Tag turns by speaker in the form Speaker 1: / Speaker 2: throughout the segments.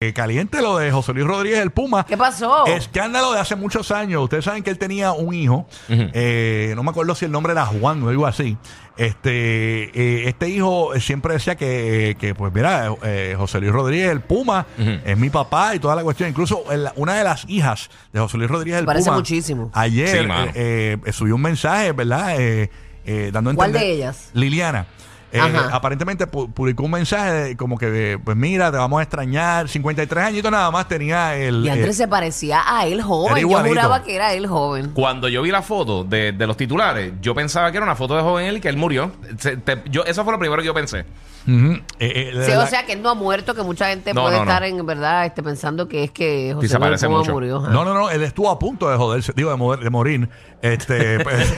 Speaker 1: Eh, caliente lo de José Luis Rodríguez el Puma.
Speaker 2: ¿Qué pasó?
Speaker 1: Escándalo de hace muchos años. Ustedes saben que él tenía un hijo. eh, no me acuerdo si el nombre era Juan o algo así. Este, eh, este hijo siempre decía que, que, pues mira, eh, José Luis Rodríguez el Puma es mi papá y toda la cuestión. Incluso el- una de las hijas de José Luis Rodríguez el
Speaker 2: Parece
Speaker 1: Puma.
Speaker 2: muchísimo.
Speaker 1: Ayer
Speaker 3: Sí, mano.
Speaker 1: eh, eh, subió un mensaje, ¿verdad? Eh, eh, dando a
Speaker 2: ¿Cuál
Speaker 1: entender-
Speaker 2: de ellas?
Speaker 1: Liliana. Eh,
Speaker 2: Ajá.
Speaker 1: aparentemente pu- publicó un mensaje de- como que, de, pues mira, te vamos a extrañar. 53 añitos nada más tenía el.
Speaker 2: Y antes
Speaker 1: eh,
Speaker 2: se parecía a él
Speaker 1: era
Speaker 2: joven. Yo
Speaker 1: igualito.
Speaker 2: juraba que era él joven.
Speaker 3: Cuando yo vi la foto de, de los titulares, yo pensaba que era una foto de joven él y que él murió. Se- te- yo, eso fue lo primero que yo pensé.
Speaker 1: ujú, eh, eh, la-
Speaker 2: Sí, o
Speaker 1: la-
Speaker 2: sea que él no ha muerto, que mucha gente
Speaker 3: No,
Speaker 2: puede
Speaker 3: no, no.
Speaker 2: estar en verdad este, pensando que es que José
Speaker 3: Sí, se
Speaker 2: Luis
Speaker 3: parece
Speaker 2: Puma
Speaker 3: mucho.
Speaker 2: murió. ajá.
Speaker 1: No, no, no, él estuvo a punto de joderse, digo, de, mover- de morir. Este, pues,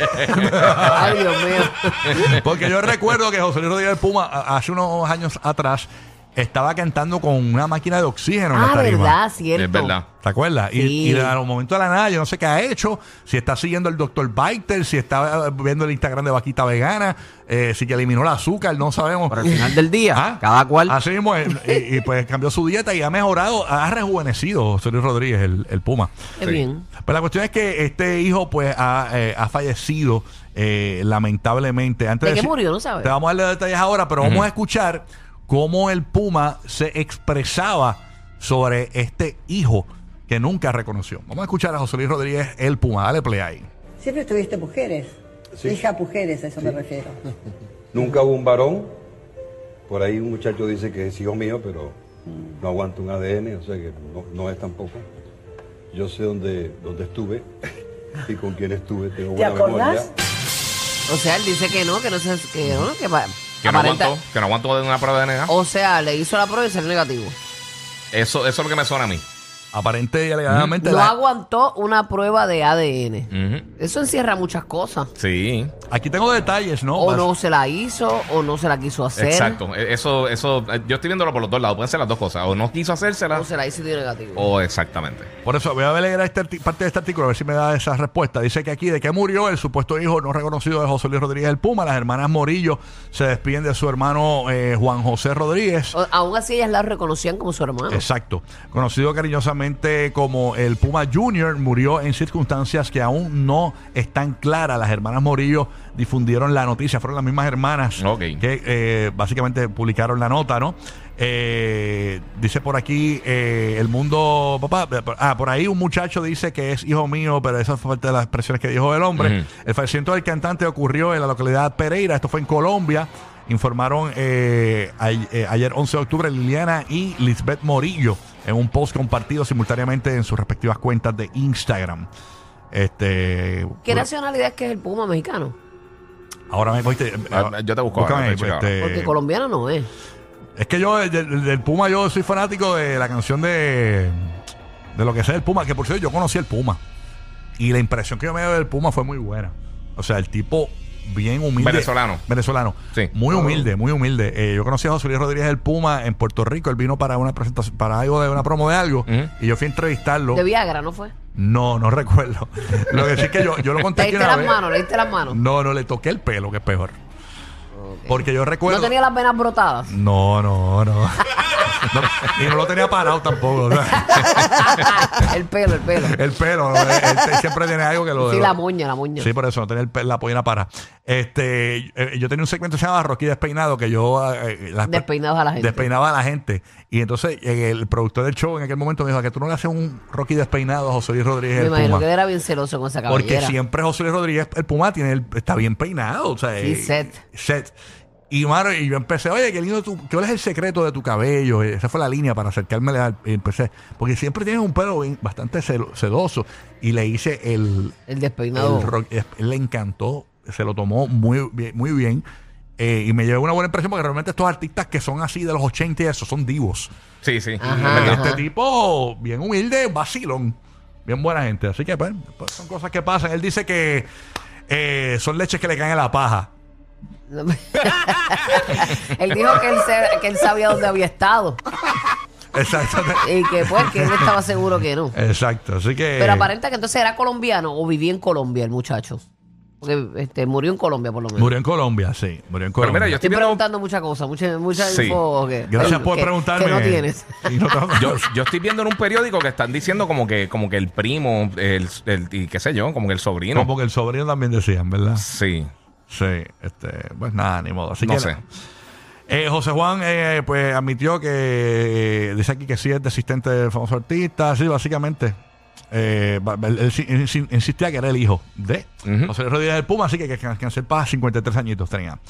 Speaker 2: Ay, Dios mío.
Speaker 1: porque yo recuerdo que José Luis Rodríguez Puma, a- hace unos años atrás, estaba cantando con una máquina de oxígeno en la
Speaker 2: ah,
Speaker 1: tarima.
Speaker 2: verdad, cierto.
Speaker 3: Es verdad.
Speaker 1: ¿Te acuerdas? Y-
Speaker 2: Sí.
Speaker 1: Y, de al momento de la nada, yo no sé qué ha hecho, si está siguiendo el doctor Biter, si está eh, viendo el Instagram de Vaquita Vegana, eh, si que eliminó el azúcar, no sabemos.
Speaker 4: Pero al final del día,
Speaker 1: Ah,
Speaker 4: cada cual.
Speaker 1: Así mismo, eh, y, y, pues cambió su dieta y ha mejorado, ha rejuvenecido José Luis Rodríguez, el, el Puma.
Speaker 2: Qué bien.
Speaker 1: Pero la cuestión es que este hijo pues ha, eh, ha fallecido eh, lamentablemente. Antes
Speaker 2: ¿De qué
Speaker 1: decir-
Speaker 2: murió? No sabes.
Speaker 1: Te vamos a dar los detalles ahora, pero vamos a escuchar cómo el Puma se expresaba sobre este hijo que nunca reconoció. Vamos a escuchar a José Luis Rodríguez, el Puma. Dale play ahí.
Speaker 5: Siempre tuviste mujeres. Hija mujeres, a eso me refiero.
Speaker 6: Nunca hubo un varón. Por ahí un muchacho dice que es hijo mío, pero no aguanta un ADN, o sea que no, no es tampoco. Yo sé dónde, dónde estuve y con quién estuve, tengo
Speaker 5: ¿Te
Speaker 6: buena memoria.
Speaker 5: acordás?
Speaker 2: O sea, él dice que no, que no se. Que, no, que pa-
Speaker 3: Que no
Speaker 2: aparenta- Oh.
Speaker 3: aguantó, que no aguantó de una prueba de DNA.
Speaker 2: O sea, le hizo la prueba y salió negativo.
Speaker 3: Eso, eso es lo que me suena a mí.
Speaker 1: Aparente y alegadamente.
Speaker 2: No
Speaker 1: la-
Speaker 2: aguantó una prueba de ADN.
Speaker 3: Ujú.
Speaker 2: Eso encierra muchas cosas.
Speaker 3: Sí,
Speaker 1: Aquí tengo detalles, ¿no?
Speaker 2: O
Speaker 1: Vas-
Speaker 2: Oh, no se la hizo, o no se la quiso hacer.
Speaker 3: exacto. E- Eso, eso, eh, yo estoy viéndolo por los dos lados. Pueden ser las dos cosas. O no quiso hacérsela,
Speaker 2: O se la hizo y dio negativo.
Speaker 3: o exactamente.
Speaker 1: Por eso voy a leer este arti- parte de este artículo a ver si me da esa respuesta. Dice que aquí de que murió el supuesto hijo no reconocido de José Luis Rodríguez el Puma. Las hermanas Morillo se despiden de su hermano eh, Juan José Rodríguez.
Speaker 2: O- aún así ellas la reconocían como su hermano.
Speaker 1: Exacto. Conocido cariñosamente como el Puma Junior, murió en circunstancias que aún no están claras. Las hermanas Morillo difundieron la noticia. Fueron las mismas hermanas
Speaker 3: Ok.
Speaker 1: que eh, básicamente publicaron la nota, ¿no? Eh, dice por aquí eh, el mundo, papá, ah, por ahí un muchacho dice que es hijo mío, pero esa fue parte de las expresiones que dijo el hombre.
Speaker 3: Ujú.
Speaker 1: El fallecimiento del cantante ocurrió en la localidad Pereira, esto fue en Colombia. Informaron eh, ay- eh, ayer 11 de octubre Liliana y Lisbeth Morillo en un post compartido simultáneamente en sus respectivas cuentas de Instagram. Este,
Speaker 2: ¿Qué nacionalidad es que es el puma mexicano?
Speaker 1: ahora me oíste,
Speaker 3: Ah, yo te busco
Speaker 1: búscame
Speaker 3: ahora,
Speaker 1: ahí,
Speaker 3: estoy checando.
Speaker 1: este,
Speaker 2: Porque colombiano no es.
Speaker 1: Es que yo, del- del, del Puma, yo soy fanático de la canción de, de lo que sea el Puma, que por cierto yo conocí el Puma. Y la impresión que yo me dio del Puma fue muy buena. O sea, el tipo bien humilde.
Speaker 3: Venezolano.
Speaker 1: Venezolano.
Speaker 3: Sí.
Speaker 1: Muy humilde, muy humilde. Eh, yo conocí a José Luis Rodríguez del Puma en Puerto Rico. Él vino para una presentación, para algo de una promo de algo.
Speaker 3: Ujú.
Speaker 1: Y yo fui a entrevistarlo.
Speaker 2: De Viagra, ¿no fue?
Speaker 1: No, no recuerdo. lo que sí es que yo, yo lo
Speaker 2: Le
Speaker 1: conté aquí
Speaker 2: diste
Speaker 1: una
Speaker 2: las
Speaker 1: vez.
Speaker 2: manos, le diste las manos.
Speaker 1: No, no, le toqué el pelo, que es peor. Porque yo recuerdo.
Speaker 2: No tenía las venas brotadas.
Speaker 1: No, no, no. No, y no lo tenía parado tampoco. ¿no?
Speaker 2: el pelo, el pelo.
Speaker 1: El pelo, ¿no? Él- él siempre tiene algo que lo.
Speaker 2: Sí, la moña, la moña.
Speaker 1: Sí, por eso, no tenía el pe- la pollina para. Este, eh, yo tenía un segmento que se llamaba Rocky Despeinado, que yo eh, las-
Speaker 2: Despeinabas a la gente.
Speaker 1: despeinaba a la gente. Y entonces eh, el productor del show en aquel momento me dijo, "¿A que tú no le haces un Rocky despeinado a José Luis Rodríguez
Speaker 2: Me
Speaker 1: el
Speaker 2: imagino
Speaker 1: Puma?"
Speaker 2: que era bien celoso con esa cabellera.
Speaker 1: Porque siempre José Luis Rodríguez, el Puma, tiene el- está bien peinado. O sea,
Speaker 2: Sí,
Speaker 1: eh,
Speaker 2: set.
Speaker 1: set. Y, mano, y yo empecé, oye, qué lindo tu, ¿cuál es el secreto de tu cabello? Eh, Esa fue la línea para acercarme al. y empecé, porque siempre tienes un pelo bien- bastante celo- sedoso. Y le hice el.
Speaker 2: El
Speaker 1: el
Speaker 2: despeinado.
Speaker 1: rock- él le encantó, se lo tomó muy bien. Muy bien eh, y me llevó una buena impresión porque realmente estos artistas que son así de los 80 y eso son divos.
Speaker 3: Sí, sí.
Speaker 2: Ajá.
Speaker 3: Es
Speaker 1: Y
Speaker 3: verdad.
Speaker 1: Este tipo, bien humilde, vacilón. Bien buena gente. Así que, pues, pues, son cosas que pasan. Él dice que eh, son leches que le caen en la paja.
Speaker 2: él dijo que él, se- que él sabía dónde había estado.
Speaker 1: Exacto.
Speaker 2: Y que pues que él estaba seguro que no.
Speaker 1: Eh. Exacto. Así que.
Speaker 2: Pero aparenta que entonces era colombiano o vivía en Colombia el muchacho. Porque este, murió en Colombia, por lo menos.
Speaker 1: Murió en Colombia, sí. Murió en Colombia.
Speaker 3: mira, yo-
Speaker 2: Estoy
Speaker 3: Estoy
Speaker 2: preguntando muchas cosas, muchas muchas
Speaker 3: Sí.
Speaker 2: info que-
Speaker 1: Gracias por
Speaker 2: que-
Speaker 1: preguntarme.
Speaker 2: Que no tienes.
Speaker 1: Sí, no tengo-
Speaker 3: Yo, yo estoy viendo en un periódico que están diciendo como que, como que el primo, el, el- y qué sé yo, como que el sobrino.
Speaker 1: Como que el sobrino también decían, ¿verdad?
Speaker 3: Sí.
Speaker 1: Sí, este, pues nada, ni modo. Así
Speaker 3: No
Speaker 1: que-
Speaker 3: sé.
Speaker 1: Eh, José Juan eh, pues admitió que eh, dice aquí que sí es de asistente del famoso artista, sí, básicamente. Eh, ba- él, él sí- él sí- insistía que era el hijo de
Speaker 3: Ujú.
Speaker 1: José Luis Rodríguez del Puma, así que que, que, que sepa, 53 añitos tenía.